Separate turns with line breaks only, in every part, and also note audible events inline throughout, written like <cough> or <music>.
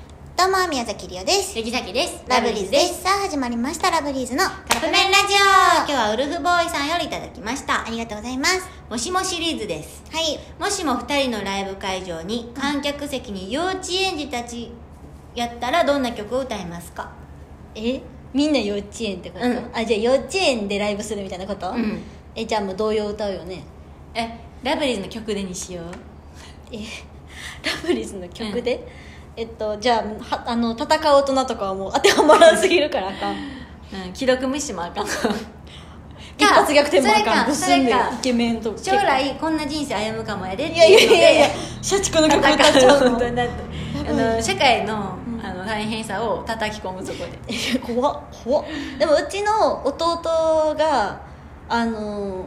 どうも、宮崎りおです。
杉崎です
ラブリーズです。さあ、始まりました、ラブリーズの
カップ麺ラジオ今日はウルフボーイさんよりいただきました
ありがとうございます。
もしもシリーズです
はい。
もしも2人のライブ会場に観客席に幼稚園児たちやったらどんな曲を歌いますか
えみんな幼稚園ってこと、
うん
あじゃあ幼稚園でライブするみたいなこと、
うん
えじゃあもう童謡歌うよね
えラブリーズの曲でにしよう
えラブリーズの曲で、えっとじゃあはあの戦う大人とかはもう当てはまらんすぎるからあかん
うん既読無視もあ <laughs> かん
一発逆転もあかんブ
そ
ス
れ
ン
か
で
それか
イケメンと結
将
構
来こんな人生歩むかもやでって
いやいや
い
い
うので
やい
<laughs>
やシャチこの曲歌っちゃう
本
の
当にだってあの社会のあの大変さを叩き込むそこで
え <laughs> 怖っ怖っでもうちの弟があの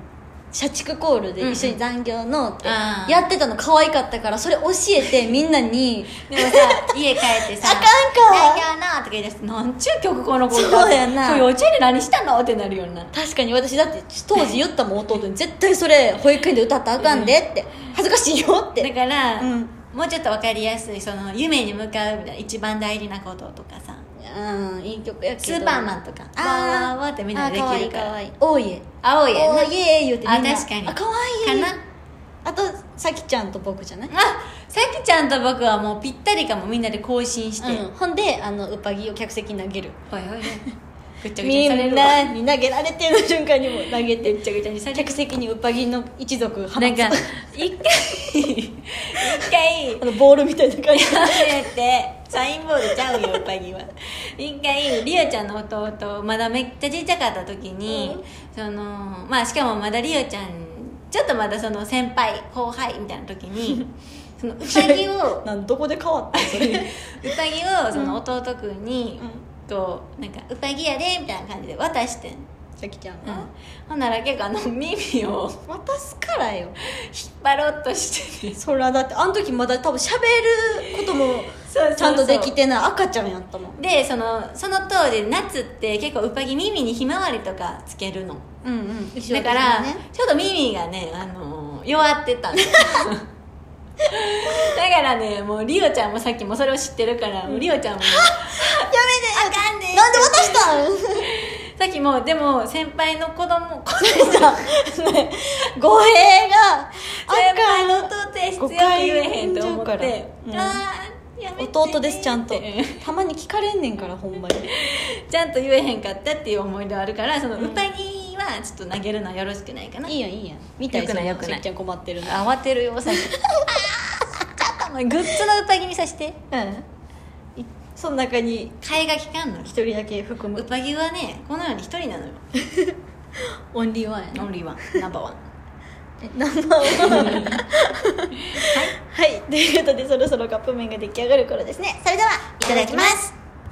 社畜コールで一緒に残業のって
うんうんあー
やってたの可愛かったからそれ教えてみんなに
でもさ家帰ってさ
あかんか
大丈夫な」とか言い出して「なんちゅう曲この子歌
そうやな
今日幼稚園で何したの?」ってなるようになって
確かに私だって当時言ったもん弟に絶対それ保育園で歌ったらあかんでって恥ずかしいよっ
だ
て
から、
うん
もうちょっと分かりやすいその夢に向かうみたいな一番大事なこととかさ
うんいい曲やけど
スーパーマンとか「わーわーわー」ってみんなでできるから
あー可愛い可愛いおいえ
青いや
お
ない
え言うてみんな
あ確かに
あ可
か
愛い
な
あとさきちゃんと僕じゃない
あさきちゃんと僕はもうぴったりかもみんなで更新して、
うん、ほんであのウパギを客席に投げる
おい
<laughs>
おいおいぐっちゃぐ
み
ちゃにされ
ん
るわ
なに投げられてる瞬間にも投げて
ぐっちゃぐちゃにされる
客席にウパギの一族放つ
なんか一回一回
<laughs> あのボールみたいな感じ
やめてサインボールちゃうよパギは一回リオちゃんの弟まだめっちゃちっちゃかった時に、そのまあしかもまだリオちゃんちょっとまだその先輩後輩みたいな時 <laughs> にそのうさぎ <laughs> を
<laughs> なんどこで変わったそ
<laughs>
れ
うさぎをその弟くんに、こうなんか「うさぎやで」みたいな感じで渡してん、
さきちゃん
うん
は、
ほんなら結構あの耳を
渡すからよ
引っ張ろうとしてて
そらだってあの時まだ多分喋ることも
<laughs> そうそうそう
ちゃんとできてない赤ちゃんやったもん
でそのその当時夏って結構うぱぎ耳にひまわりとかつけるの
うんうん一緒
だ
です
か
よ
ら、
ね
ちょっと耳がね、あのー弱ってたんです <laughs> だからねもうリオちゃんもさっきもそれを知ってるから、もうリオちゃんも <laughs> さ
やめてあかんねなんで渡したん
っきもでも先輩の子供子供
さね語弊が
先輩の弟って必
誤
要って
解
言えへんと思っ
生んじゃ
て、
うからうん
あーやめてね
弟ですちゃんと
って
たまに聞かれんねんからほんまに
ちゃんと言えへんかったっていう思い出はあるからその歌にはちょっと投げるのはよろしくないかない
いやんいいやんみたい
よくない
その
よくない
関ちゃん困ってるの
慌てるよ <laughs> さっきちょっともうグッズの歌気にさして
うんいその中に
替えがきかんの
一人だけ含
う
む
ぱぎはねこのように一人なのよ
オンリーワンやな
オンリーワンナンバーワン
えナン <laughs> バーワンはいということでそろそろカップ麺が出来上がる頃ですね
ね、それでは、いただきます。